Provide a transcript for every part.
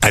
À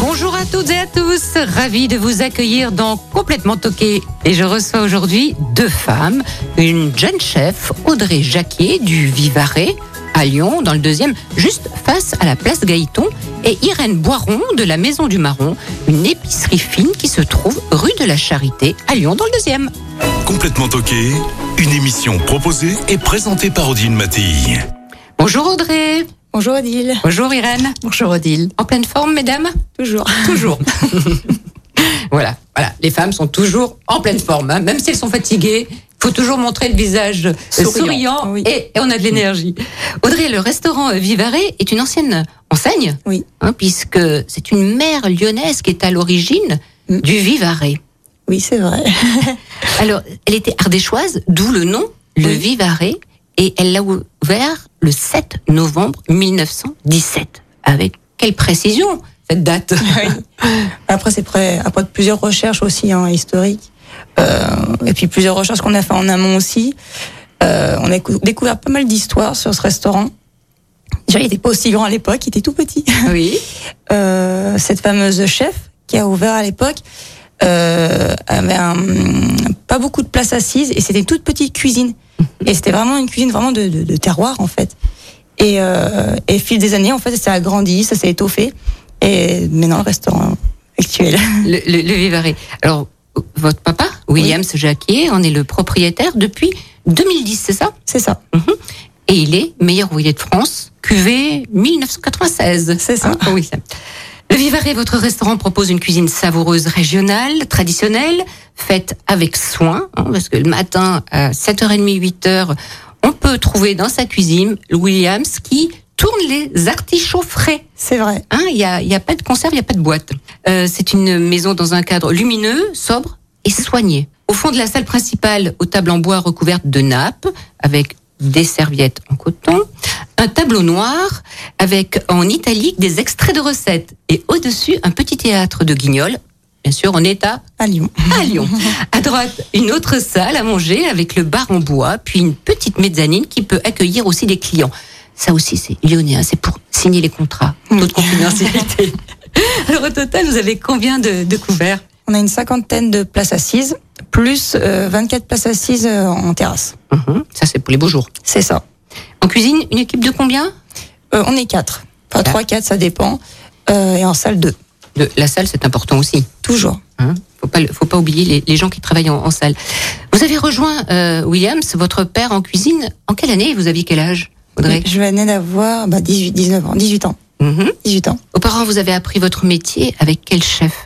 Bonjour à toutes et à tous, ravi de vous accueillir dans Complètement Toqué. Et je reçois aujourd'hui deux femmes, une jeune chef, Audrey Jacquier du Vivarais à Lyon, dans le deuxième, juste face à la place Gaëton, et Irène Boiron de la Maison du Marron, une épicerie fine qui se trouve rue de la Charité à Lyon, dans le deuxième. Complètement toqué, une émission proposée et présentée par Odile Mattei. Bonjour Audrey. Bonjour Odile. Bonjour Irène. Bonjour Odile. En pleine forme, mesdames Toujours. Toujours. voilà, voilà. Les femmes sont toujours en pleine forme, hein. même si elles sont fatiguées. Faut toujours montrer le visage euh, souriant, Souriant, oui. et, et on a de l'énergie. Audrey, le restaurant euh, Vivarais est une ancienne enseigne, Oui, hein, puisque c'est une mère lyonnaise qui est à l'origine Mm. du Vivarais. oui, c'est vrai. Alors, elle était ardéchoise, d'où le nom, le Oui. Vivarais, et elle l'a ouvert le 7 novembre 1917. Avec quelle précision cette date Après, c'est près, après plusieurs recherches aussi hein, historiques, euh, et puis plusieurs recherches qu'on a fait en amont aussi, euh, on a cou- découvert pas mal d'histoires sur ce restaurant. Déjà, il n'était pas aussi grand à l'époque, il était tout petit. Oui. Euh, cette fameuse chef qui a ouvert à l'époque euh, avait un- pas beaucoup de place assise et c'était une toute petite cuisine. Et c'était vraiment une cuisine vraiment de, de- de terroir en fait. Et, euh, et fil des années, en fait, ça a grandi, ça s'est étoffé. Et maintenant, le restaurant actuel. Le, le, le Vivarais. Alors, votre papa, William Jacquier, en est le propriétaire depuis 2010, c'est ça C'est ça, Et il est meilleur ouvrier de France, QV 1996. C'est ça. Hein oui. ça. Le Vivarais, votre restaurant, propose une cuisine savoureuse régionale, traditionnelle, faite avec soin, hein, parce que le matin, à 7h30, 8h, on peut trouver dans sa cuisine Williams qui tourne les artichauts frais. c'est vrai. Hein, Il n'y a, il y a pas de conserve, il n'y a pas de boîte. Euh, c'est une maison dans un cadre lumineux, sobre et soigné. Au fond de la salle principale, aux tables en bois recouvertes de nappes, avec des serviettes en coton, un tableau noir avec en italique des extraits de recettes et au-dessus un petit théâtre de guignol, bien sûr en état À Lyon. à Lyon. À droite, une autre salle à manger avec le bar en bois, puis une petite mezzanine qui peut accueillir aussi des clients. Ça aussi, c'est lyonnais, hein, c'est pour signer les contrats, taux de confidentialité. Alors au total, vous avez combien de, de couverts On a une cinquantaine de places assises, plus euh, 24 places assises euh, en terrasse. Mhm, Ça, c'est pour les beaux jours. C'est ça. En cuisine, une équipe de combien Euh, on est quatre. Enfin, Voilà. trois, quatre, ça dépend. Euh, et en salle 2, de, La salle, c'est important aussi. toujours. Hein, faut pas, le- faut pas oublier les, les gens qui travaillent en, en salle. Vous avez rejoint euh, Williams, votre père en cuisine. En quelle année Vous aviez quel âge, Audrey Je venais d'avoir bah, 18, 19 ans, 18 ans. Mhm. 18 ans. Auparavant, vous avez appris votre métier avec quel chef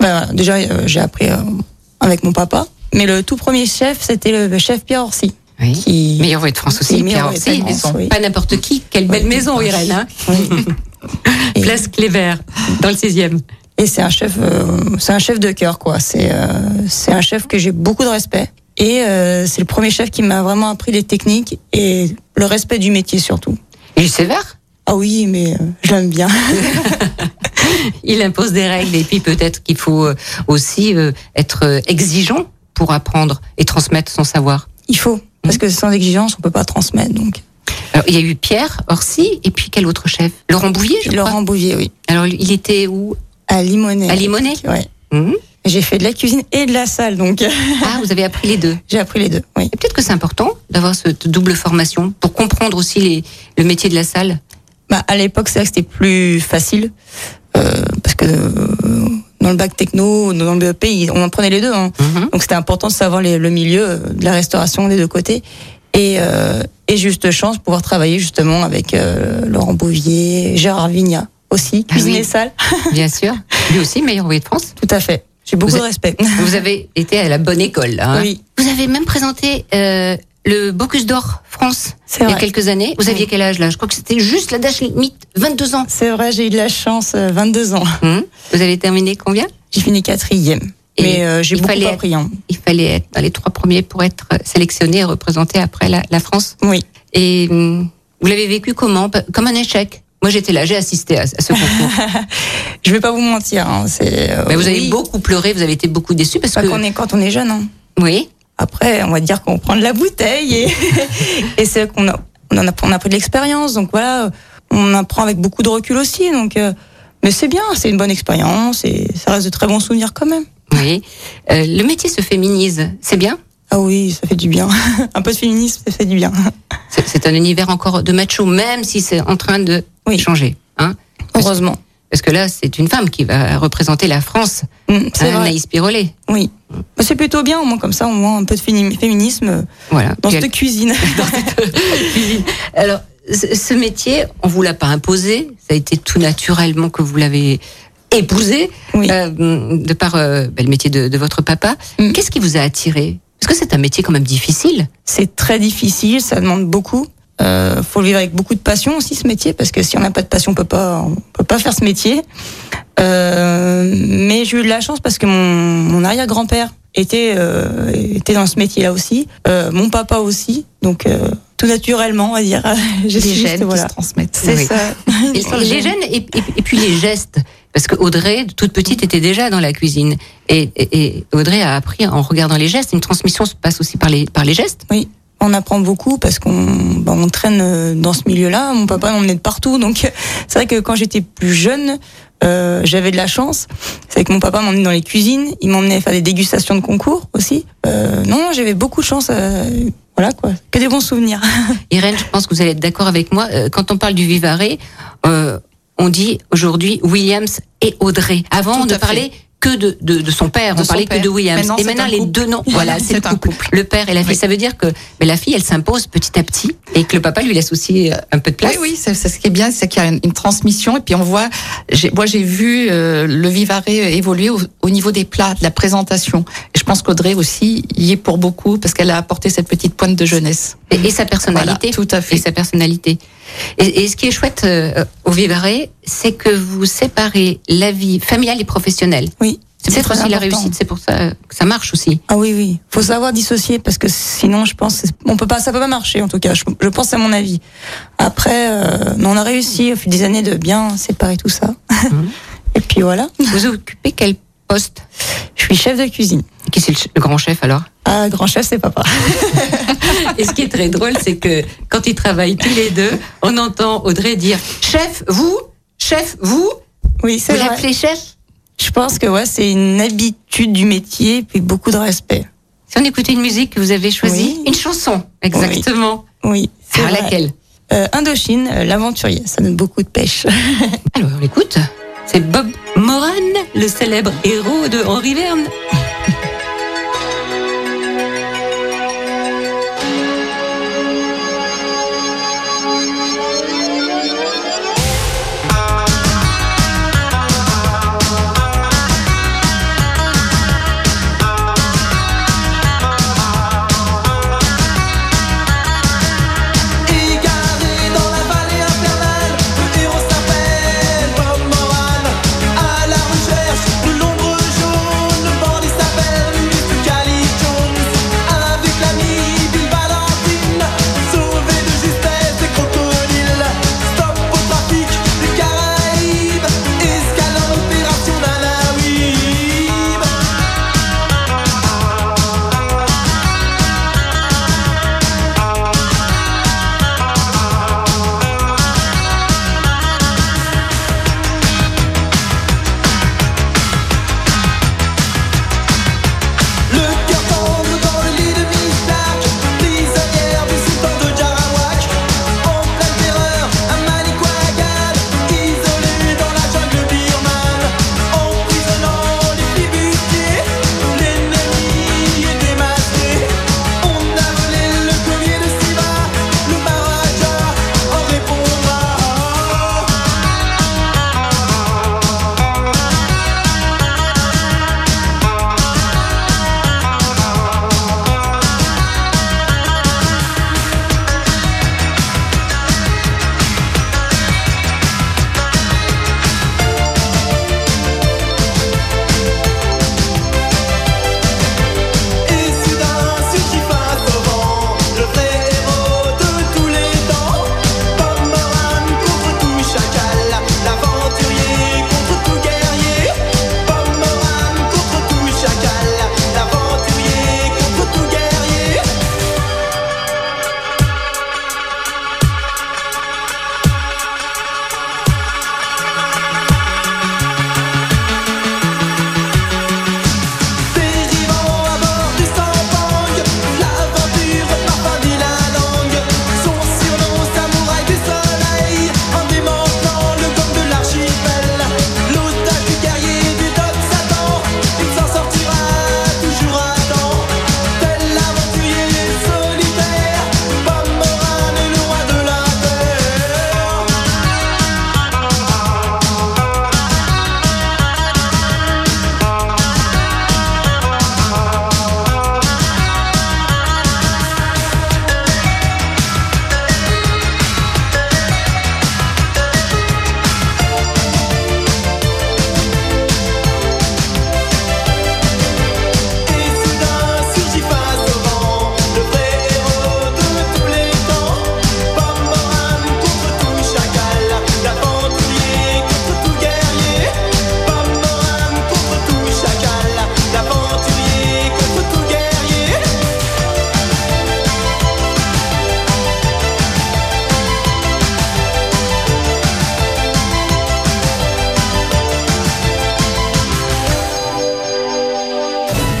Bah, déjà, euh, j'ai appris euh, avec mon papa. Mais le tout premier chef, c'était le chef Pierre Orsi. Oui. Qui... Meilleur voie de France aussi, Oui, meilleur Pierre voie de Orsi, France, mais oui. pas n'importe qui. Quelle belle Oui. maison, Irène. hein. Et- Place Clévert, dans le 6e. Et c'est un chef, euh, c'est un chef de cœur, quoi. C'est, euh, c'est un chef que j'ai beaucoup de respect. Et euh, c'est le premier chef qui m'a vraiment appris les techniques et le respect du métier surtout. Il est sévère, Ah oui, mais euh, je l'aime bien. il impose des règles et puis peut-être qu'il faut euh, aussi euh, être euh, exigeant pour apprendre et transmettre son savoir. Il faut. Mm-hmm. Parce que sans exigence, on peut pas transmettre. Donc, Alors, il y a eu Pierre Orsi et puis quel autre chef Laurent Bouvier, je crois. Laurent Bouvier, oui. Alors il était où À Limonet. À Limonay Ouais. Mhm. J'ai fait de la cuisine et de la salle, donc Ah, vous avez appris les deux. j'ai appris les deux. Oui. Et peut-être que c'est important d'avoir cette double formation pour comprendre aussi les, le métier de la salle. Bah, à l'époque, c'est vrai que c'était plus facile. euh, parce que euh, dans le bac techno, dans le BEP, ils- on en prenait les deux. hein. Mhm. Donc c'était important de savoir les- le milieu euh, de la restauration des deux côtés. Et, euh, et juste chance de pouvoir travailler justement avec euh, Laurent Bouvier, Gérard Vignat aussi, Ah cuisine oui. et salle. Bien sûr. Lui aussi, meilleur ouvrier de France. Tout à fait. J'ai beaucoup Vous de respect. Vous avez été à la bonne école. là, Hein Oui. Vous avez même présenté euh, le Bocuse d'Or France C'est il y a vrai. quelques années. Vous aviez quel âge là Je crois que c'était juste la dash limite, 22 ans. C'est vrai, j'ai eu de la chance, euh, 22 ans. Hum, Vous avez terminé combien J'ai fini quatrième. Et mais euh, j'ai il beaucoup fallait appris. être- hein. Il fallait être dans les trois premiers pour être euh, sélectionné et représenté après la, la France. Oui. Et hum, vous l'avez vécu comment Pa- Comme un échec. Moi, j'étais là, j'ai assisté à, à ce concours. Je vais pas vous mentir. hein, c'est, euh, Mais vous avez oui, beaucoup pleuré, vous avez été beaucoup déçu parce pas que qu'on est quand on est jeune. hein. oui. Après, on va dire qu'on prend de la bouteille et, et c'est qu'on a, on en a, on a pris de l'expérience. Donc voilà, on apprend avec beaucoup de recul aussi. Donc, euh, mais c'est bien, c'est une bonne expérience et ça reste de très bons souvenirs quand même. Oui. Euh, le métier se féminise, c'est bien. Ah oui, ça fait du bien. Un peu de féminisme, ça fait du bien. C'est c'est un univers encore de macho, même si c'est en train de Oui. changer. Hein Heureusement. Parce que là, c'est une femme qui va représenter la France, Mm, C'est hein, vrai. Anaïs Pirolet. Oui. Bah, C'est plutôt bien, au moins comme ça, au moins un peu de féni- féminisme euh, Voilà. dans Puis elle- cette cuisine. Alors, ce ce métier, on vous l'a pas imposé. Ça a été tout naturellement que vous l'avez épousé, Oui. euh, de par euh, ben, le métier de, de votre papa. Mm. Qu'est-ce qui vous a attiré Parce que c'est un métier quand même difficile. C'est très difficile, ça demande beaucoup. Euh, faut le vivre avec beaucoup de passion aussi ce métier parce que si on n'a pas de passion, on peut pas, on peut pas faire ce métier. Euh, mais j'ai eu de la chance parce que mon, mon arrière-grand-père était euh, était dans ce métier-là aussi, Euh, mon papa aussi, donc euh, tout naturellement, on va dire. je Des suis juste, gènes qui voilà. se transmettre. C'est Oui. ça. Et- et les jeunes et, et- et puis les gestes. Parce que Audrey, toute petite, était déjà dans la cuisine. Et, et- et Audrey a appris en regardant les gestes. Une transmission se passe aussi par les, par les gestes. Oui, on apprend beaucoup parce qu'on bah, on traîne euh, dans ce milieu-là. Mon papa m'emmenait de partout, donc c'est vrai que quand j'étais plus jeune, euh, j'avais de la chance. C'est vrai que mon papa m'emmenait dans les cuisines, il m'emmenait faire des dégustations de concours aussi. Euh, non, j'avais beaucoup de chance. euh, voilà quoi, que des bons souvenirs. Irène, je pense que vous allez être d'accord avec moi. Euh, Quand on parle du vivaré, euh, on dit aujourd'hui Williams et Audrey. Avant, Tout on ne à fait. parlait que de, de, de son père, De on son parlait père. que de Williams. Maintenant, et c'est maintenant, un les couple. deux noms, voilà, c'est le C'est un couple. couple. Le père et la fille. Oui. Ça veut dire que mais la fille, elle s'impose petit à petit et que le papa lui laisse aussi euh, un peu de place. Oui, oui, c'est c'est ce qui est bien, c'est qu'il y a une, une transmission. Et puis on voit, j'ai- moi j'ai vu euh, le vivaré évoluer au, au niveau des plats, de la présentation. Et je pense qu'Audrey aussi y est pour beaucoup parce qu'elle a apporté cette petite pointe de jeunesse. Et, et sa personnalité. Voilà, tout à fait. Et sa personnalité. Et, et ce qui est chouette euh, au Vivaré, c'est que vous séparez la vie familiale et professionnelle. Oui, C'est peut-être très aussi la important. réussite, c'est pour ça euh, que ça marche aussi. Ah oui, oui. Faut savoir dissocier parce que sinon, je pense, on peut pas, ça peut pas marcher en tout cas. Je, je pense à mon avis. Après, euh, mais on a réussi au fil des années de bien séparer tout ça. Et puis voilà. Vous occupez quel poste Je suis chef de cuisine. Qui c'est le, ch- le grand chef alors Ah, grand chef, c'est papa. Et ce qui est très drôle, c'est que quand ils travaillent tous les deux, on entend Audrey dire Chef, vous Chef, vous Oui, c'est Vous vrai. l'appelez chef Je pense que ouais, c'est une habitude du métier puis beaucoup de respect. Si on écoutait une musique que vous avez choisie, Oui. une chanson, exactement. Oui, c'est Alors vrai. laquelle Euh, Indochine, euh, l'aventurier, ça donne beaucoup de pêche. Alors, on l'écoute. C'est Bob Moran, le célèbre héros de Henri Verne. Égaré dans la vallée infernale, le héros s'appelle Bob Moran. À la recherche de l'ombre jaune, bordé sa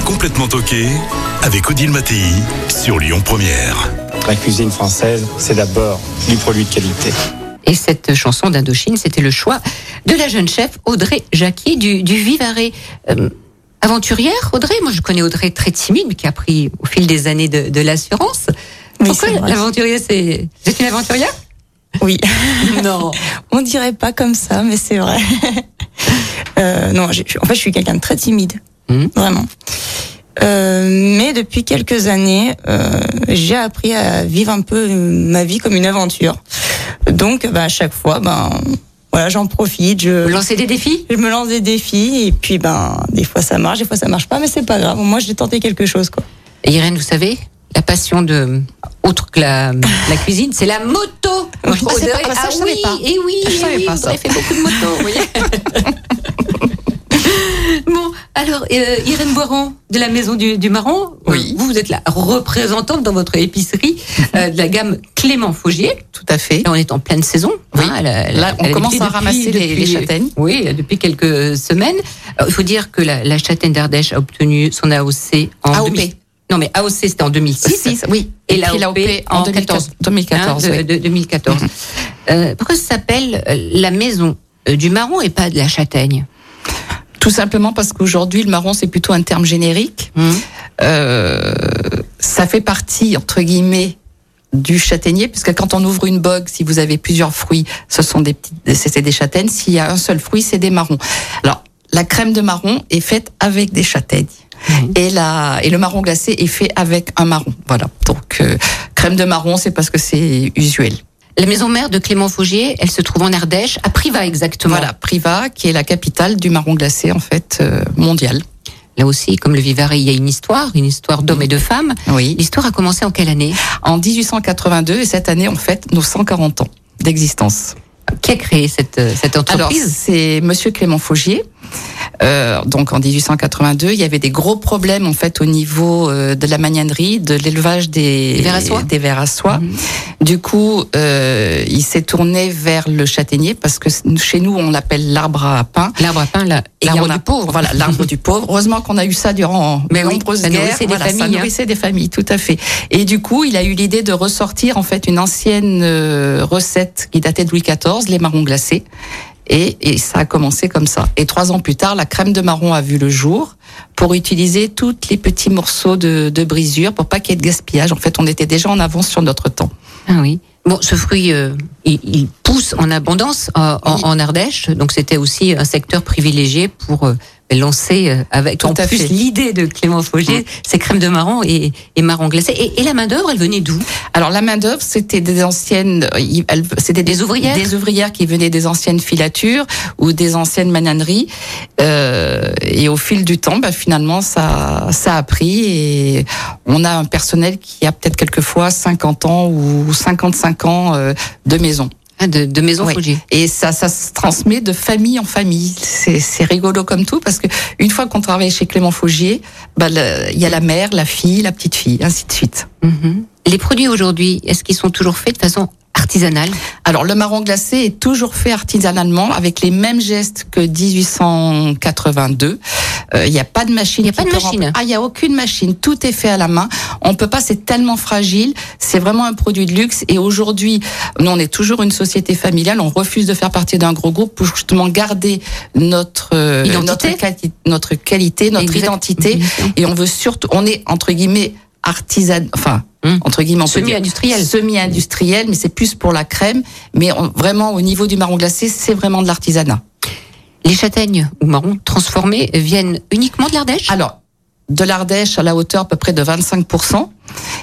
Complètement toqué avec Odile Mattei sur Lyon Première. La cuisine française, c'est d'abord du produit de qualité. Et cette chanson d'Indochine, c'était le choix de la jeune chef Audrey Jacquier du, du Vivarais. Euh, aventurière, Audrey Moi, je connais Audrey très timide, mais qui a pris au fil des années de, de l'assurance. Oui, Pourquoi c'est vrai. l'aventurière, c'est... Vous êtes une aventurière Oui. Non. On dirait pas comme ça, mais c'est vrai. Euh, non, j'ai- en fait, je suis quelqu'un de très timide, Mhm. vraiment. Euh, mais depuis quelques années, euh, j'ai appris à vivre un peu euh, ma vie comme une aventure. Donc, bah, à chaque fois, ben, voilà, j'en profite. Je, Vous lancez des défis je me lance des défis et puis, ben, des fois ça marche, des fois ça marche pas, mais c'est pas grave. Moi, j'ai tenté quelque chose, quoi. Et Irène, vous savez, la passion de autre que la, la cuisine, c'est la moto. Ah, c'est pas- Audrey- ah, ça, je oui, savais pas. et oui, Je eh savais oui, pas Audrey ça. fait beaucoup de moto. vous voyez. bon, alors euh, Irène Boiron de la Maison du, du Marron, Oui. vous, vous êtes la représentante dans votre épicerie euh, de la gamme Clément Faugier. Tout à fait. Et on est en pleine saison. hein, Oui. elle a- elle a- Là, on elle a commence débuté à ramasser les- les châtaignes. Oui, depuis quelques semaines. Alors, Il faut dire que la, la châtaigne d'Ardèche a obtenu son AOC en AOP. 2000. Non, mais AOC, c'était en 2006. Six, oui. Et puis l'AOP en 2014. 2014, Hein, de- oui. Mhm. de- 2014. Euh, pourquoi ça s'appelle euh, la maison euh, du marron et pas de la châtaigne Tout simplement parce qu'aujourd'hui, le marron, c'est plutôt un terme générique. Hum. Euh, ça fait partie, entre guillemets, du châtaignier, puisque quand on ouvre une bogue, si vous avez plusieurs fruits, ce sont des petites, c'est c'est des châtaignes. S'il y a un seul fruit, c'est des marrons. Alors, la crème de marron est faite avec des châtaignes. Et, la, et le marron glacé est fait avec un marron. Voilà. Donc, euh, crème de marron, c'est parce que c'est usuel. La maison mère de Clément Faugier, elle se trouve en Ardèche, à Privas exactement. Voilà, Priva, qui est la capitale du marron glacé, en fait, euh, mondial. Là aussi, comme le Vivarais, il y a une histoire, une histoire d'hommes et de femmes. Oui. L'histoire a commencé en quelle année en 1882 et cette année on fête nos 140 ans d'existence. Qui a créé cette, euh, cette Alors entreprise c'est Monsieur Clément Faugier. Euh, donc en 1882, il y avait des gros problèmes en fait au niveau euh, de la magnanerie, de l'élevage des Des vers à soie. des vers à soie. Mhm. Du coup, euh, il s'est tourné vers le châtaignier parce que c- chez nous on l'appelle l'arbre à pain. L'arbre à pain, la- Et il y en l'arbre a- du pauvre. Voilà, l'arbre du pauvre. Heureusement qu'on a eu ça durant Mais de oui, nombreuses ça guerres. nourrissait des Voilà, ça familles, hein. nourrissait des familles, tout à fait. Et du coup, il a eu l'idée de ressortir en fait une ancienne euh, recette qui datait de Louis XIV, les marrons glacés. Et, et ça a commencé comme ça. Et trois ans plus tard, la crème de marron a vu le jour pour utiliser tous les petits morceaux de, de brisure pour pas qu'il y ait de gaspillage. En fait, on était déjà en avance sur notre temps. Ah oui. Bon, ce fruit, euh, il, il pousse en abondance euh, en, en Ardèche, donc c'était aussi un secteur privilégié pour euh, lancer euh, avec Tout en à plus fait. l'idée de Clément Faugier, ces crèmes de marron et, et marron glacé. Et, et la main d'œuvre, elle venait d'où Alors la main d'œuvre, c'était des anciennes, euh, il- elles- c'était Des ouvrières des ouvrières qui venaient des anciennes filatures ou des anciennes mananeries. Euh, et au fil du temps, bah, finalement, ça, ça a pris et on a un personnel qui a peut-être quelquefois 50 ans ou 55 ans euh, de maison. Ah, de, de maison Oui. Faugier. Et ça, ça se transmet de famille en famille. C'est c'est rigolo comme tout parce que une fois qu'on travaille chez Clément Faugier, bah, le- il y a la mère, la fille, la petite fille, ainsi de suite. Mhm. Les produits aujourd'hui, est-ce qu'ils sont toujours faits de façon artisanale Alors le marron glacé est toujours fait artisanalement avec les mêmes gestes que 1882. Euh, Il n'y a pas de machine. Il y a qui pas de peut machine. remplir- Ah, il n'y a aucune machine. Tout est fait à la main. On peut pas. C'est tellement fragile. C'est vraiment un produit de luxe. Et aujourd'hui, nous on est toujours une société familiale. On refuse de faire partie d'un gros groupe pour justement garder notre euh, Identité. notre, quali- notre qualité, notre Exact. identité. Et on veut surtout. On est entre guillemets artisan. Enfin. Hum. Entre guillemets, on peut dire- Semi-industriel. semi-industriel, mais c'est plus pour la crème. Mais on- vraiment, au niveau du marron glacé, c'est vraiment de l'artisanat. Les châtaignes ou marrons transformés viennent uniquement de l'Ardèche Alors, de l'Ardèche à la hauteur à peu près de 25%.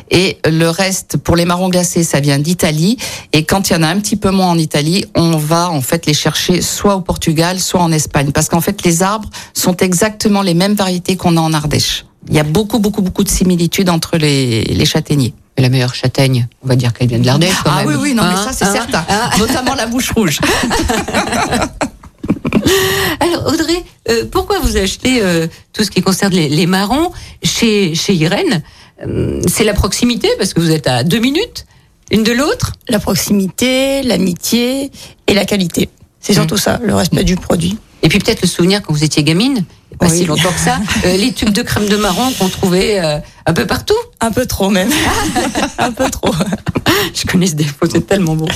Et le reste, pour les marrons glacés, ça vient d'Italie. Et quand il y en a un petit peu moins en Italie, on va en fait les chercher soit au Portugal, soit en Espagne. Parce qu'en fait, les arbres sont exactement les mêmes variétés qu'on a en Ardèche. Il y a beaucoup, beaucoup, beaucoup de similitudes entre les, les châtaigniers. Mais La meilleure châtaigne, on va dire qu'elle vient de l'Ardèche quand Ah même. oui, oui, non, mais Hein, ça, c'est hein. certain. Notamment la bouche rouge. Alors Audrey, euh, pourquoi vous achetez euh, tout ce qui concerne les, les marrons chez, chez Irène Euh, C'est la proximité parce que vous êtes à deux minutes une de l'autre. La proximité, Mmh. l'amitié et la qualité. C'est surtout ça, le respect du produit. Et puis peut-être le souvenir quand vous étiez gamine, pas Oui. si longtemps que ça, euh, les tubes de crème de marron qu'on trouvait euh, un peu partout. Un peu trop même. un peu trop. Je connais ce défaut, c'est tellement bon.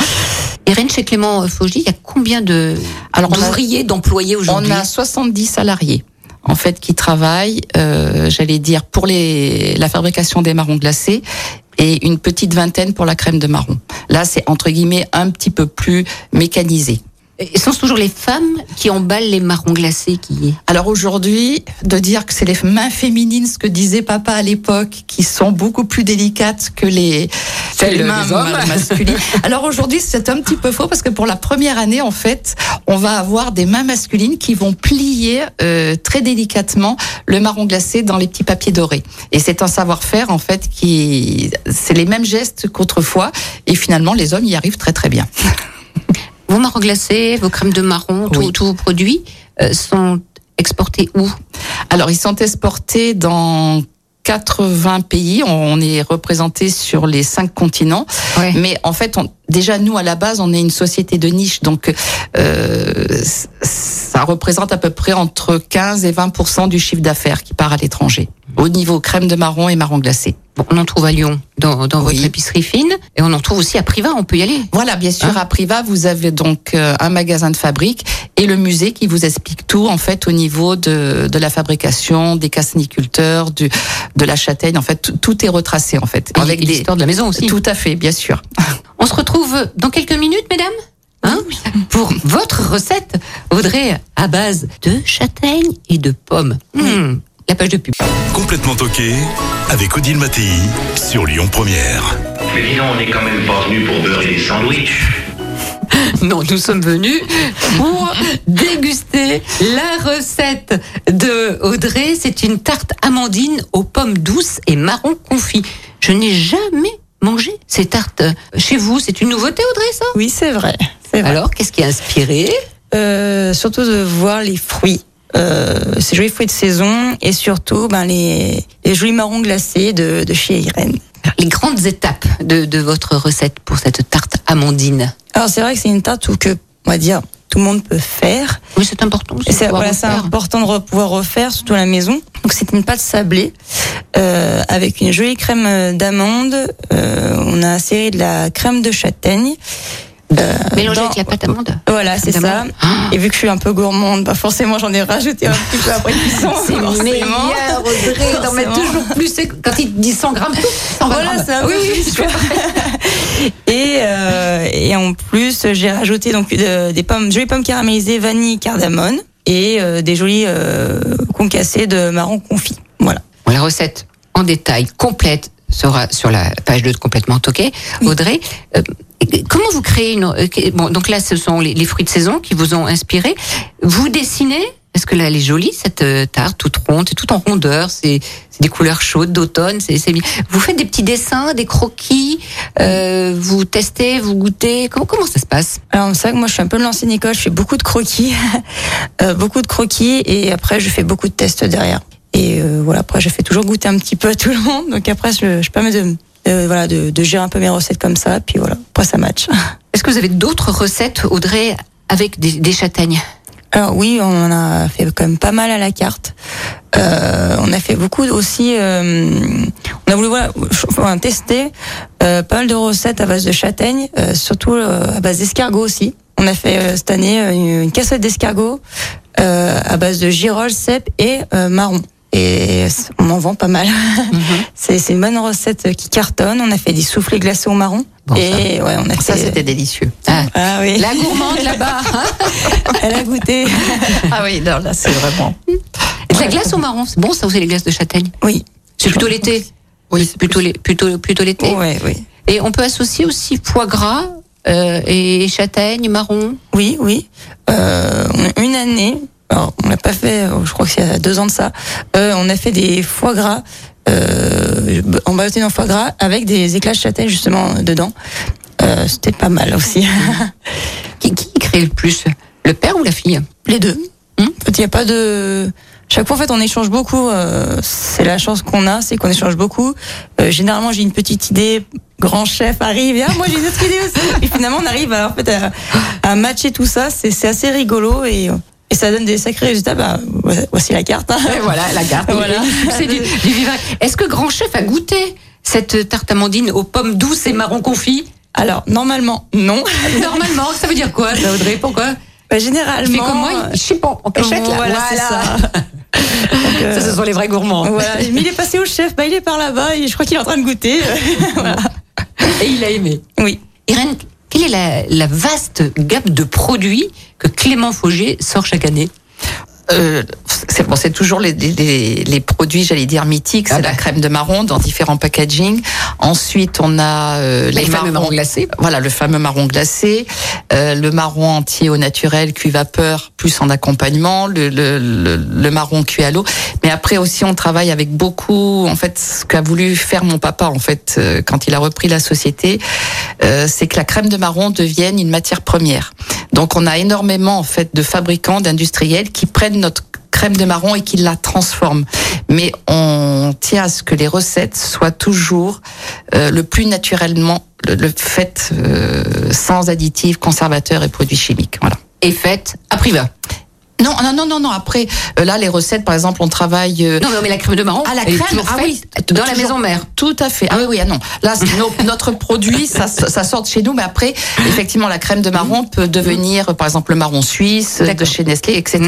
Irène, chez Clément Faugy, il y a combien de Alors, on a- d'ouvriers, d'employés On aujourd'hui a 70 salariés. En fait, qui travaillent, euh, j'allais dire, pour les, la fabrication des marrons glacés et une petite vingtaine pour la crème de marron. Là, c'est entre guillemets un petit peu plus mécanisé. Et Ce sont toujours les femmes qui emballent les marrons glacés qui... Alors aujourd'hui, de dire que c'est les mains féminines, ce que disait papa à l'époque, qui sont beaucoup plus délicates que les, que Celles les des mains hommes. ma- masculines. Alors aujourd'hui, c'est un petit peu faux parce que pour la première année, en fait, on va avoir des mains masculines qui vont plier euh, très délicatement le marron glacé dans les petits papiers dorés. Et c'est un savoir-faire, en fait, qui... C'est les mêmes gestes qu'autrefois. Et finalement, les hommes y arrivent très très bien. Vos marrons glacés, vos crèmes de marron, tous- Oui. tous vos produits euh, sont exportés où Alors, ils sont exportés dans 80 pays. On est représenté sur les cinq continents. Ouais. Mais en fait, on, déjà, nous, à la base, on est une société de niche. Donc, euh, c- ça représente à peu près entre 15 et 20 du chiffre d'affaires qui part à l'étranger. Au niveau crème de marron et marron glacé. Bon, on en trouve à Lyon, dans, dans Oui. votre épicerie fine, et on en trouve aussi à Privas, on peut y aller. Voilà, bien Hein sûr, à Priva, vous avez donc euh, un magasin de fabrique et le musée qui vous explique tout, en fait, au niveau de, de la fabrication, des cassiniculteurs, du, de la châtaigne. En fait, tout- tout est retracé, en fait. Avec l'histoire de la maison aussi. Tout à fait, bien sûr. On se retrouve dans quelques minutes, mesdames, hein, pour votre recette, Audrey, à base de châtaignes et de pommes. Mmh, la page de pub. Complètement toqué avec Odile Mattei sur Lyon Première. Mais dis donc, on n'est quand même pas venu pour beurrer des sandwichs. Non, nous sommes venus pour déguster la recette de Audrey. C'est une tarte amandine aux pommes douces et marron confit. Je n'ai jamais mangé ces tartes chez vous. C'est une nouveauté, Audrey, ça Oui, c'est vrai. C'est vrai. Alors, qu'est-ce qui a inspiré Euh, surtout de voir les fruits. Euh, ces jolis fruits de saison et surtout ben, les, les jolis marrons glacés de, de chez Irène. les grandes étapes de, de votre recette pour cette tarte amandine Alors c'est vrai que c'est une tarte où que, on va dire, tout le monde peut faire. Oui, c'est important. Et c'est voilà, c'est ça. important de re- pouvoir refaire, surtout à la maison. Donc c'est une pâte sablée euh, avec une jolie crème euh, d'amande. Euh, on a serré de la crème de châtaigne. Mélangé dans- avec la pâte amande. Voilà, c'est ça. d'amande. Ah. Et vu que je suis un peu gourmande, bah forcément j'en ai rajouté un petit peu après cuisson. forcément. Audrey, d'en mettre toujours plus. Quand il dit 100 grammes, 100 Voilà, ça. Oui, oui, je comprends. et, euh, et en plus, j'ai rajouté donc euh, des pommes, jolies pommes caramélisées, vanille, cardamone et euh, des jolies euh, concassées de marron confit. Voilà. Bon, la recette en détail complète sera sur la page 2 de Complètement Toqué. Audrey, euh, comment vous créez une... euh, que- Bon, donc là, ce sont les, les fruits de saison qui vous ont inspiré. Vous dessinez Est-ce que là, elle est jolie, cette euh, tarte, toute ronde, c'est tout en rondeur, c'est c'est des couleurs chaudes d'automne, c'est c'est bien. Vous faites des petits dessins, des croquis, euh, vous testez, vous goûtez, comment, comment ça se passe Alors c'est vrai que moi je suis un peu l'ancienne école, je fais beaucoup de croquis, euh, beaucoup de croquis et après je fais beaucoup de tests derrière. Et euh, voilà, après je fais toujours goûter un petit peu à tout le monde, donc après je, je permets de, de- voilà de, de gérer un peu mes recettes comme ça, puis voilà, après ça match. Est-ce que vous avez d'autres recettes, Audrey, avec des, des châtaignes Alors oui, on en a fait quand même pas mal à la carte. Euh, on a fait beaucoup aussi. euh, on a voulu voilà, ch- enfin, tester euh, pas mal de recettes à base de châtaigne, euh, surtout euh, à base d'escargot aussi. On a fait euh, cette année euh, une, une cassette d'escargot euh, à base de girolles, cèpe et euh, marron. Et c- on en vend pas mal. Mhm. c'est c'est une bonne recette qui cartonne. On a fait des soufflets glacés au marron. Bon, ça. et ouais, on a Ça, fait. c'était délicieux. Ah, Ah oui, La gourmande là-bas hein elle a goûté. Ah oui, non, là, c'est vraiment. De la glace au marron, c'est bon ça ou c'est les glaces de châtaigne Oui. C'est plutôt l'été. Oui, c'est plutôt l'é- plutôt plutôt l'été. Ouais, oui. Et on peut associer aussi foie gras euh, et châtaigne, marron. Oui, oui. Euh, on a une année, alors on l'a pas fait, euh, je crois que c'est à deux ans de ça, euh, on a fait des foie gras, euh, emballotés dans foie gras, avec des éclats de châtaigne justement euh, dedans. Euh, C'était pas mal aussi. Qui, qui crée le plus Le père ou la fille Les deux. Hein, En fait, il n'y a pas de... Chaque fois, en fait, on échange beaucoup. euh, c'est la chance qu'on a, c'est qu'on échange beaucoup. Euh, généralement, j'ai une petite idée. Grand chef arrive. Et, ah, moi, j'ai une autre idée aussi. Et finalement, on arrive à, en fait, à, à matcher tout ça. C'est c'est assez rigolo et euh, Et ça donne des sacrés résultats. Bah, voici la carte. hein. Et Eh voilà, Ah, la carte. Voilà. C'est du, du vivac. Est-ce que Grand Chef a goûté cette tarte amandine aux pommes douces et marron confit Alors, normalement, non. Normalement, ça veut dire quoi, ça, Audrey Pourquoi Bah, Je généralement. euh, fais comme moi, il chipon, en échec, Voilà, là. Voilà. c'est ça. Ça, ce sont les vrais gourmands. Voilà, mais il est passé au chef, bah, il est par là-bas, et je crois qu'il est en train de goûter. Et il a aimé. oui. Irène, quelle est la, la vaste gamme de produits que Clément Fauger sort chaque année Euh, c'est bon, c'est toujours les, les- les, les produits, j'allais dire mythiques. C'est Ah bah. la crème de marron dans différents packaging. Ensuite, on a euh, Les fameux marrons glacés. Voilà, le fameux marron glacé, euh, le marron entier au naturel cuit vapeur plus en accompagnement, le, le, le, le marron cuit à l'eau. Mais après aussi, on travaille avec beaucoup. En fait, ce qu'a voulu faire mon papa, en fait, euh, quand il a repris la société, euh, c'est que la crème de marron devienne une matière première. Donc, on a énormément en fait de fabricants, d'industriels qui prennent notre crème de marron et qui la transforme. Mais on tient à ce que les recettes soient toujours euh, le plus naturellement le, le fait euh, sans additifs, conservateurs et produits chimiques. Voilà. Et faites à Priva. Non, ah non, non, non, non. Après, euh, là, les recettes, par exemple, on travaille. euh, Non, mais on met la crème de marron. à la elle est crème, toujours ah faite oui, dans la toujours- maison mère. Tout à fait. Ah oui, oui, ah non. Là, c'est nos- notre produit, ça, ça sort de chez nous, mais après, effectivement, la crème de marron peut devenir, par exemple, le marron suisse euh, de D'accord. chez Nestlé, etc.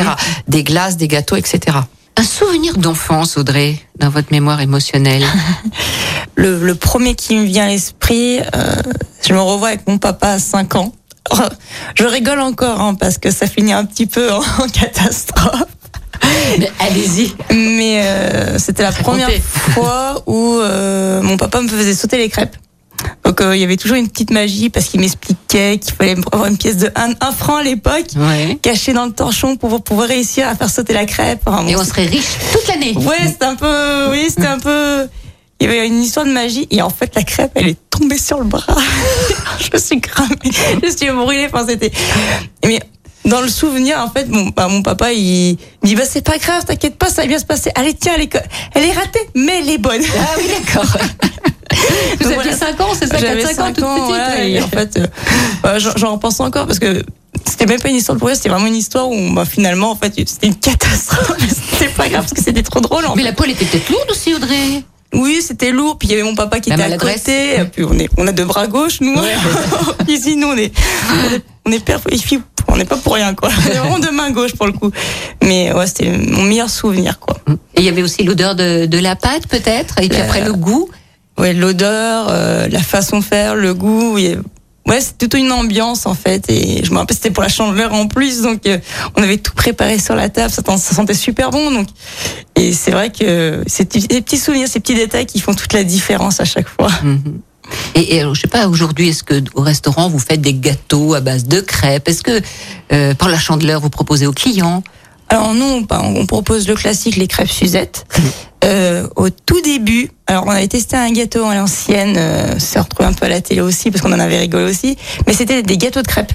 Des glaces, des gâteaux, etc. Un souvenir d'enfance, Audrey, dans votre mémoire émotionnelle. Le, le premier qui me vient à l'esprit, euh, je me revois avec mon papa à 5 ans. Oh, Je rigole encore hein, parce que ça finit un petit peu en, en catastrophe. Allez-y. Mais euh, c'était la première fois où euh, mon papa me faisait sauter les crêpes. Donc euh, il y avait toujours une petite magie parce qu'il m'expliquait qu'il fallait avoir une pièce de 1 un franc à l'époque Ouais. cachée dans le torchon pour pouvoir réussir à faire sauter la crêpe. Enfin, bon, Et on serait riche toute l'année. Ouais, c'était un peu. Oui, c'était un peu. Il y avait une histoire de magie et en fait la crêpe elle est tombée sur le bras. je me suis cramée, je me suis brûlée. Enfin c'était. Mais dans le souvenir en fait mon, bah, mon papa il me dit bah c'est pas grave t'inquiète pas ça va bien se passer. Allez tiens elle est, co- elle est ratée mais elle est bonne. Ah oui, d'accord. Vous Donc, aviez voilà. 5 ans, c'est ça J'avais 4-5 ans, cinq toute ans, petite. voilà, ouais. et en fait euh, bah, j'en- j'en repense encore parce que c'était même pas une histoire de pourrir c'était vraiment une histoire où bah, finalement en fait c'était une catastrophe. c'était pas grave parce que c'était trop drôle. En Mais la poêle était peut-être lourde aussi, Audrey. Oui, c'était lourd. Puis il y avait mon papa qui La était à maladresse. côté. Et Puis on est, on a deux bras gauches, nous. Ici, nous, on est, on est, on est père et fille. On n'est pas pour rien, quoi. On est vraiment de main gauche pour le coup. Mais ouais, c'était mon meilleur souvenir, quoi. Et il y avait aussi l'odeur de, de la pâte, peut-être. Et puis après, le goût. Ouais, l'odeur, euh, la façon de faire, le goût. et- Ouais, c'est toute une ambiance en fait. Et je me rappelle, c'était pour la chandeleur en plus, donc euh, on avait tout préparé sur la table. Ça, ten- ça sentait super bon. Donc, et c'est vrai que ces petits- ces petits souvenirs, ces petits détails qui font toute la différence à chaque fois. Mm. Et, et alors, je sais pas, aujourd'hui, est-ce que au restaurant, vous faites des gâteaux à base de crêpes Est-ce que, euh, par la chandeleur, vous proposez aux clients Alors non, on- on propose le classique, les crêpes Suzette. Mm. Euh, au tout début, alors on avait testé un gâteau à l'ancienne, euh, ça se retrouvé un peu à la télé aussi parce qu'on en avait rigolé aussi, mais c'était des gâteaux de crêpes.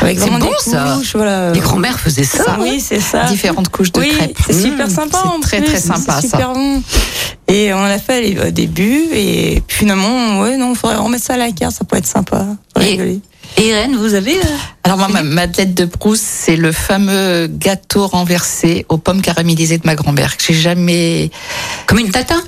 Avec C'est vraiment bon, des ça. couches, voilà. Les grands-mères faisaient ça. Ça, Ah oui, c'est ça. Différentes couches de oui, crêpes. c'est super Mmh, sympa c'est en très, plus, très c'est sympa, ça. super bon. Et on l'a fait allez, au début et puis finalement, ouais, non, faudrait remettre ça à la carte, ça pourrait être sympa. Faut Et- rigoler. Et Irène, vous avez. euh, Alors moi, ma madeleine de Proust, c'est le fameux gâteau renversé aux pommes caramélisées de ma grand-mère. que J'ai jamais comme une tatin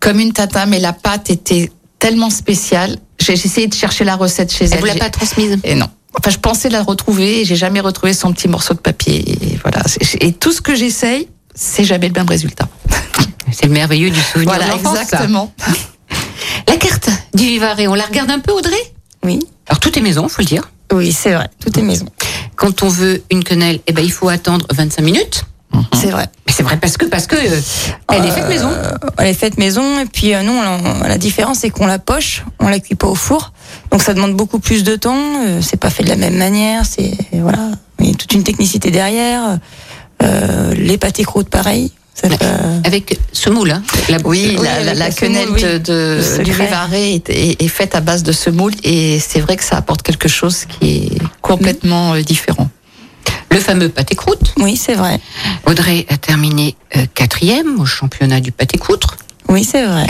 comme une tata, mais la pâte était tellement spéciale. J'ai j'ai essayé de chercher la recette chez elle. Elle vous l'a J'ai- pas transmise. Et non. Enfin, je pensais la retrouver et j'ai jamais retrouvé son petit morceau de papier. Et voilà. Et tout ce que j'essaye, c'est jamais le même résultat. C'est le merveilleux du souvenir Voilà, de l'enfance, ça. exactement. La carte du Vivaré, on la regarde un peu, Audrey Oui, Alors, tout est maison, faut le dire. oui, c'est vrai, tout est maison, Quand on veut une quenelle, eh ben, il faut attendre 25 minutes. c'est vrai. Mais c'est vrai parce que parce que euh, elle est faite maison. Elle est faite maison et puis euh, nous, on l'en- la différence c'est qu'on la poche, on la cuit pas au four, donc ça demande beaucoup plus de temps. euh, c'est pas fait de la même manière, c'est voilà, il y a toute une technicité derrière. euh, les pâtés croûtes, pareil. Ça fait, euh, Avec ce moule, hein, la- Oui, Oui, la, la- avec la la quenelle semoule, de, oui. de- Le secret. du Vivaré est, est- est faite à base de semoule et c'est vrai que ça apporte quelque chose qui est complètement euh, différent. le fameux pâté croûte. oui, c'est vrai. Audrey a terminé euh, quatrième au championnat du pâté croûte. Oui, c'est vrai.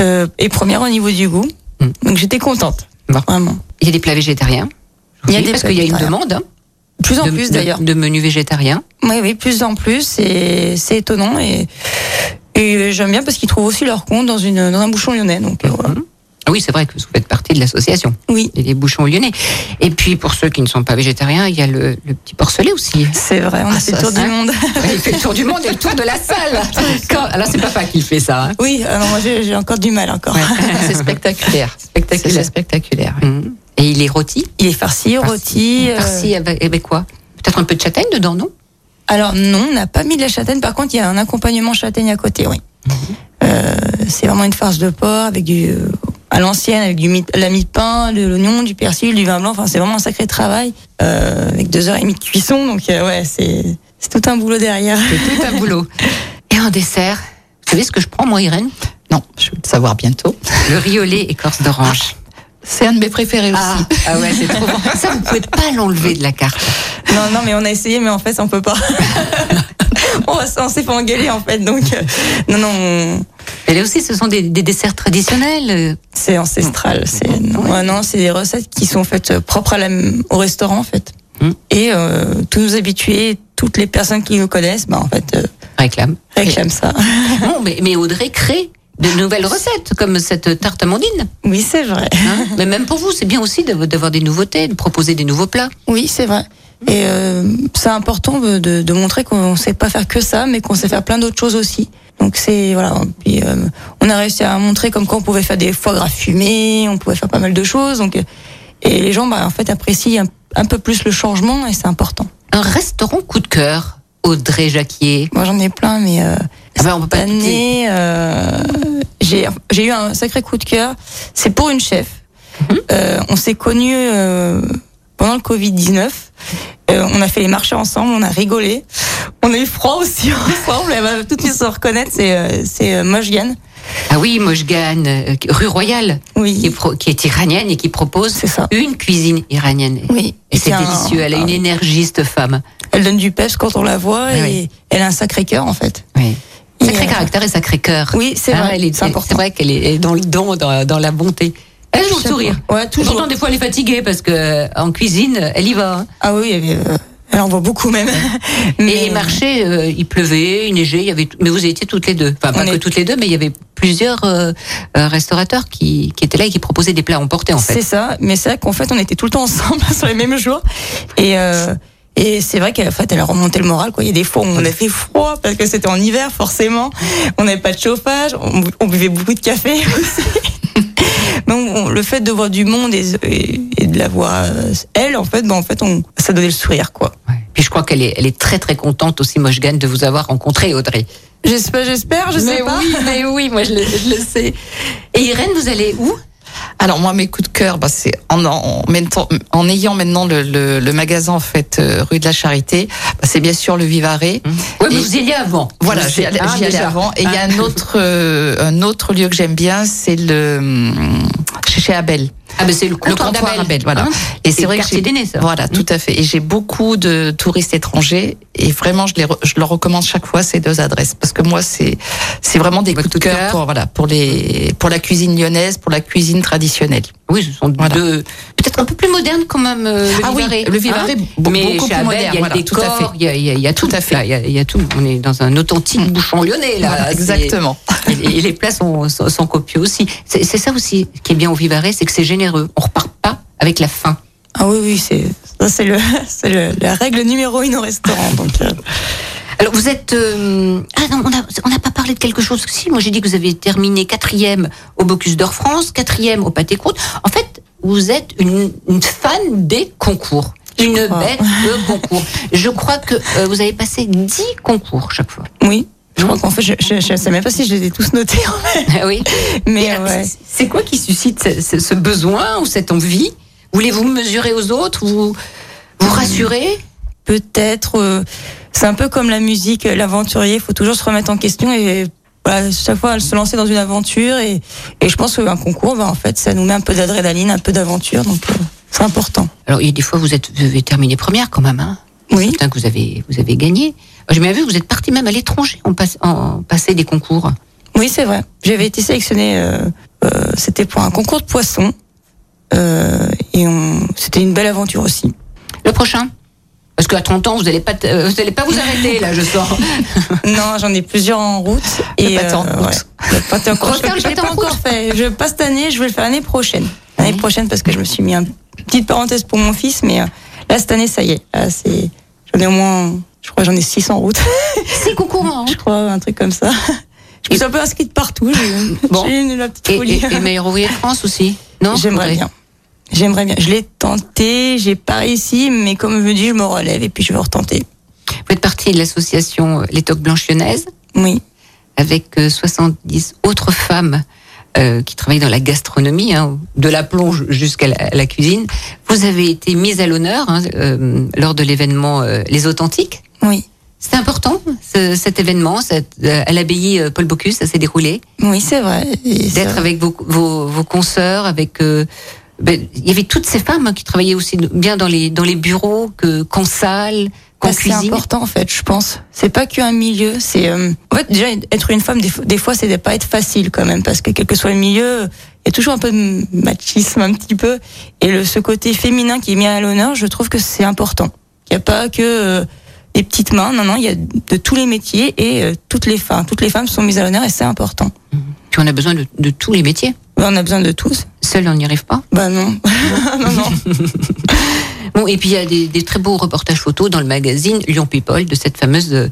Euh, et première au niveau du goût, Mm. donc j'étais contente, Bon. vraiment. Il y a des plats végétariens. Il y a Oui, des parce plats qu'il y a une végétariens. demande. hein. plus en de, plus de- d'ailleurs. de menus végétariens. Oui, oui, plus en plus, et c'est étonnant. Et, et j'aime bien parce qu'ils trouvent aussi leur compte dans, une, dans un bouchon lyonnais. Donc, euh, voilà. Ah Oui, c'est vrai que vous faites partie de l'association Oui, et des bouchons lyonnais. Et puis pour ceux qui ne sont pas végétariens, il y a le, le petit porcelet aussi. c'est vrai, on Ah, a fait ça, le tour ça. du monde. il fait le tour du monde et le tour de la salle. Quand- Alors c'est papa qui fait ça. hein. oui, alors moi j'ai j'ai encore du mal encore. C'est spectaculaire. Spectaculaire. C'est spectaculaire. oui. Mhm. Et il est rôti. Il est farci, rôti. euh, Farci avec, avec quoi Peut-être un peu de châtaigne dedans, non Alors non, on n'a pas mis de la châtaigne. Par contre, il y a un accompagnement châtaigne à côté, oui. Euh, c'est vraiment une farce de porc avec du euh, à l'ancienne avec du mi- la mi-pain, de l'oignon, du persil, du vin blanc. Enfin, c'est vraiment un sacré travail euh, avec deux heures et demie de cuisson. Donc euh, ouais, c'est c'est tout un boulot derrière. C'est tout un boulot. Et en dessert, vous savez ce que je prends moi, Irène Non, je vais le savoir bientôt. Le riolet écorce d'orange. C'est un de mes préférés aussi. ah ouais, c'est trop bon. Ça, vous pouvez pas l'enlever de la carte. Non, non, mais on a essayé, mais en fait, on peut pas. on va- on s'est fait engueuler en fait. Donc euh, non, non, on- Et là aussi, ce sont des, des desserts traditionnels. euh, c'est ancestral. C'est non, Mm. ouais, non, c'est des recettes qui sont faites euh, propres à la, au restaurant en fait. Mm. Et euh, tous nos habitués, toutes les personnes qui nous connaissent, bah en fait euh, Réclame. réclament ça. Bon, mais, mais Audrey crée de nouvelles recettes, comme cette tarte amandine. Oui, c'est vrai. hein. mais même pour vous, c'est bien aussi d'av- d'avoir des nouveautés, de proposer des nouveaux plats. Oui, c'est vrai. Et euh, c'est important de, de- de montrer qu'on sait pas faire que ça, mais qu'on sait faire plein d'autres choses aussi. Donc c'est voilà. Puis euh, on a réussi à montrer comme quoi on pouvait faire des foie gras fumés, on pouvait faire pas mal de choses. Donc euh, et les gens, bah, en fait, apprécient un, un peu plus le changement et c'est important. Un restaurant coup de cœur, Audrey Jacquier. Moi, j'en ai plein, mais euh, Ah bah, on peut pas cette tout dire. année, euh, j'ai j'ai eu un sacré coup de cœur. C'est pour une chef. Mhm. Euh, on s'est connus euh, pendant le Covid 19. on a fait les marchés ensemble, on a rigolé, on a eu froid aussi ensemble. Elle va tout de suite se reconnaître. C'est euh, c'est euh, Mojgan. Ah oui, Mojgan, euh, rue Royale, qui est, Oui, pro- qui est iranienne et qui propose c'est ça. une cuisine iranienne. Oui. Ah Et c'est un- délicieux, elle a une énergie, cette femme. Elle donne du peps quand on la voit Ah et oui. elle a un sacré cœur en fait. Oui. Sacré Et, euh, caractère et sacré cœur. Oui, c'est Hein, vrai. elle est- C'est important. C'est vrai qu'elle est dans le don, dans, dans la bonté. Elle a toujours le sourire. Ouais, toujours. Pourtant, des fois, elle est fatiguée parce que euh, en cuisine, elle y va. hein. Ah oui, elle, est, euh, elle en voit beaucoup même. Et les marchés, euh, il pleuvait, il neigeait, il y avait. tout- Mais vous étiez toutes les deux, enfin pas On que est- toutes les deux, mais il y avait plusieurs euh, euh, restaurateurs qui, qui étaient là et qui proposaient des plats emportés en C'est fait. ça, mais c'est vrai qu'en fait, on était tout le temps ensemble sur les mêmes jours. Et, euh, et c'est vrai qu'en fait, elle a remonté le moral. Quoi. Il y a des fois où on a fait froid parce que c'était en hiver, forcément. On n'avait pas de chauffage, on, on buvait beaucoup de café aussi. Donc, on- le fait de voir du monde et, et- et de la voir, euh, elle, en fait, ben, en fait on, ça donnait le sourire. quoi. Ouais. Puis je crois qu'elle est, elle est très très contente aussi, Mojgan, de vous avoir rencontré, Audrey. J'espère, j'espère, je mais sais pas. oui, mais oui, moi je le, je le sais. Et Irène, vous allez où Alors moi, mes coups de cœur, bah, c'est en, en, même temps- en ayant maintenant le, le- le magasin en fait euh, rue de la Charité, bah, c'est bien sûr le Vivaré. Oui, Et- mais vous y allez avant. Voilà, Je j'y sais, allais, hein, j'y allais déjà. avant. Et il y a un autre, euh, un autre lieu que j'aime bien, c'est le hum, chez chez Abel. Ah, mais c'est le Le comptoir, comptoir Abel, d'Abel. voilà. Hein et c'est le quartier j'ai- d'aînés, ça. Mmh. Voilà, tout à fait. Et j'ai beaucoup de touristes étrangers et vraiment, je, les re- je leur recommande chaque fois ces deux adresses parce que moi, c'est c'est vraiment des Votre coups de cœur, cœur. pour voilà pour les pour la cuisine lyonnaise, pour la cuisine traditionnelle. Oui, ce sont Voilà. deux. Peut-être un peu plus modernes quand même. euh, Le Ah oui, Vivarais, Hein le Vivarais, beaucoup mais plus chez Abel, moderne, Il y a voilà, le tout à décor, fait. Il y a, il y a- il y a tout, Tout à fait. là, il, y a, il y a tout. On est dans un authentique bouchon lyonnais là. Voilà, Ah, C'est- exactement. Et, et les plats sont, sont, sont copieux aussi. C'est c'est ça aussi qui est bien au Vivarais, c'est que c'est généreux. On repart pas avec la faim. Ah oui, oui, c'est, ça, c'est, le, c'est le- la règle numéro une au restaurant. Donc, euh, Alors vous êtes euh, ah non on n'a on n'a pas parlé de quelque chose si moi j'ai dit que vous avez terminé quatrième au Bocuse d'Or France quatrième au Pâté Croûte en fait vous êtes une, une fan des concours une crois. bête de concours je crois que euh, vous avez passé 10 concours chaque fois oui, je crois qu'en fait, je- je je sais même pas si je les ai tous notés. en fait. Ah oui Mais Et, euh, euh, ouais. c'est- c'est quoi qui suscite ce, ce- ce besoin ou cette envie voulez-vous mesurer aux autres vous vous rassurer peut-être. euh, c'est un peu comme la musique, euh, l'aventurier, il faut toujours se remettre en question et voilà, chaque fois se lancer dans une aventure. Et, et je pense qu'un concours, bah, en fait, ça nous met un peu d'adrénaline, un peu d'aventure, donc euh, c'est important. alors il y a des fois vous êtes vous avez terminé première quand même hein Oui, Certains que vous avez, vous avez gagné. J'ai bien vu, vous êtes parti même à l'étranger en, passe- en passé des concours. oui, c'est vrai. J'avais été sélectionnée, euh, euh, c'était pour un concours de poissons. euh, et on- c'était une belle aventure aussi. Le prochain Parce qu'à 30 ans, vous n'allez pas, te- euh, vous allez pas vous arrêter, là, je sens. Non, j'en ai plusieurs en route. euh, Le pâté en route. ouais. Le pâté en route. Refaire le Je l'ai pâté pas en route. encore fait. Je pas cette année, je vais le faire l'année prochaine. Mmh. L'année prochaine parce que je me suis mis une petite parenthèse pour mon fils, mais euh, là cette année ça y est. Là, c'est, j'en ai au moins, je crois que j'en ai six en route. C'est concurrent. je crois un truc comme ça. Je me suis un peu inscrite partout. J'ai, Bon. j'ai une la petite Et, folie. et, et meilleur ouvrier de France aussi, non J'aimerais Audrey bien. J'aimerais bien. Je l'ai tenté, j'ai pas réussi, mais comme je dis, je me relève et puis je vais retenter. Vous êtes partie de l'association euh, Les Toques Blanches Lyonnaises, Oui. avec euh, 70 autres femmes euh, qui travaillent dans la gastronomie, hein, de la plonge jusqu'à la, à la cuisine. Vous avez été mise à l'honneur hein, euh, lors de l'événement euh, Les Authentiques. Oui. C'était important, ce- cet événement, cette- euh, à l'abbaye euh, Paul Bocuse, ça s'est déroulé. Oui, c'est vrai. Et ça- D'être avec vos, vos, vos consoeurs, avec... euh, ben, il y avait toutes ces femmes hein, qui travaillaient aussi bien dans les, dans les bureaux que- qu'en salle, qu'en Parce que C'est cuisine. important en fait, je pense. C'est pas qu'un milieu, c'est euh, en fait déjà être une femme des, fo- des fois c'est de pas être facile quand même parce que quel que soit le milieu, il y a toujours un peu de machisme un petit peu et le ce côté féminin qui est mis à l'honneur, je trouve que c'est important. Il y a pas que euh, des petites mains, non non, il y a de tous les métiers et euh, toutes les femmes, toutes les femmes sont mises à l'honneur et c'est important. Puis on a besoin de, de tous les métiers. Ben, on a besoin de tous. Seul, on n'y arrive pas. Bah non. non non. Bon, et puis il y a des, des très beaux reportages photos dans le magazine Lyon People de cette fameuse euh,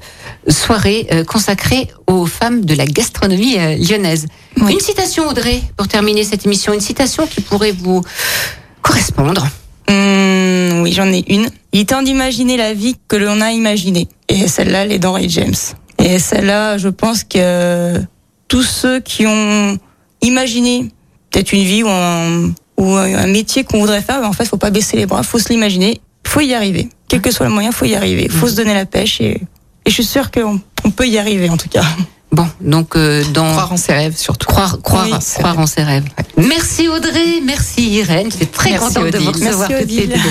soirée euh, consacrée aux femmes de la gastronomie euh, lyonnaise. Oui. Une citation, Audrey, pour terminer cette émission, une citation qui pourrait vous correspondre. Hum, oui, j'en ai une. Il est temps d'imaginer la vie que l'on a imaginée. Et celle-là, elle est d'Henry James. Et celle-là, je pense que tous ceux qui ont imaginé peut-être une vie ou un, ou un métier qu'on voudrait faire, ben en fait, faut pas baisser les bras, faut se l'imaginer, faut y arriver. Quel que soit le moyen, faut y arriver, faut se donner la pêche et, et je suis sûre qu'on on peut y arriver en tout cas. Bon, donc euh, dans Croire en ses rêves, surtout. croire, croire, Oui, c'est croire en ses rêves. Merci Audrey, merci Irène, j'étais très Merci, contente de vous Odile. recevoir Merci, toutes les Odile.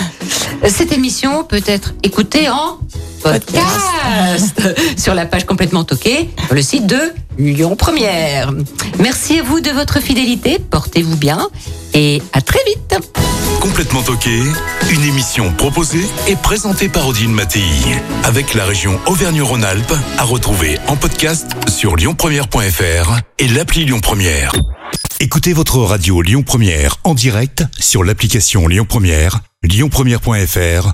deux. Cette émission peut être écoutée en podcast sur la page complètement toquée, sur le site de Lyon Première. Merci à vous de votre fidélité, portez-vous bien et à très vite. Complètement toqué, une émission proposée et présentée par Odile Mattei. Avec la région Auvergne-Rhône-Alpes, à retrouver en podcast sur lyonpremière.fr et l'appli Lyon Première. Écoutez votre radio Lyon Première en direct sur l'application Lyon Première, lyonpremière.fr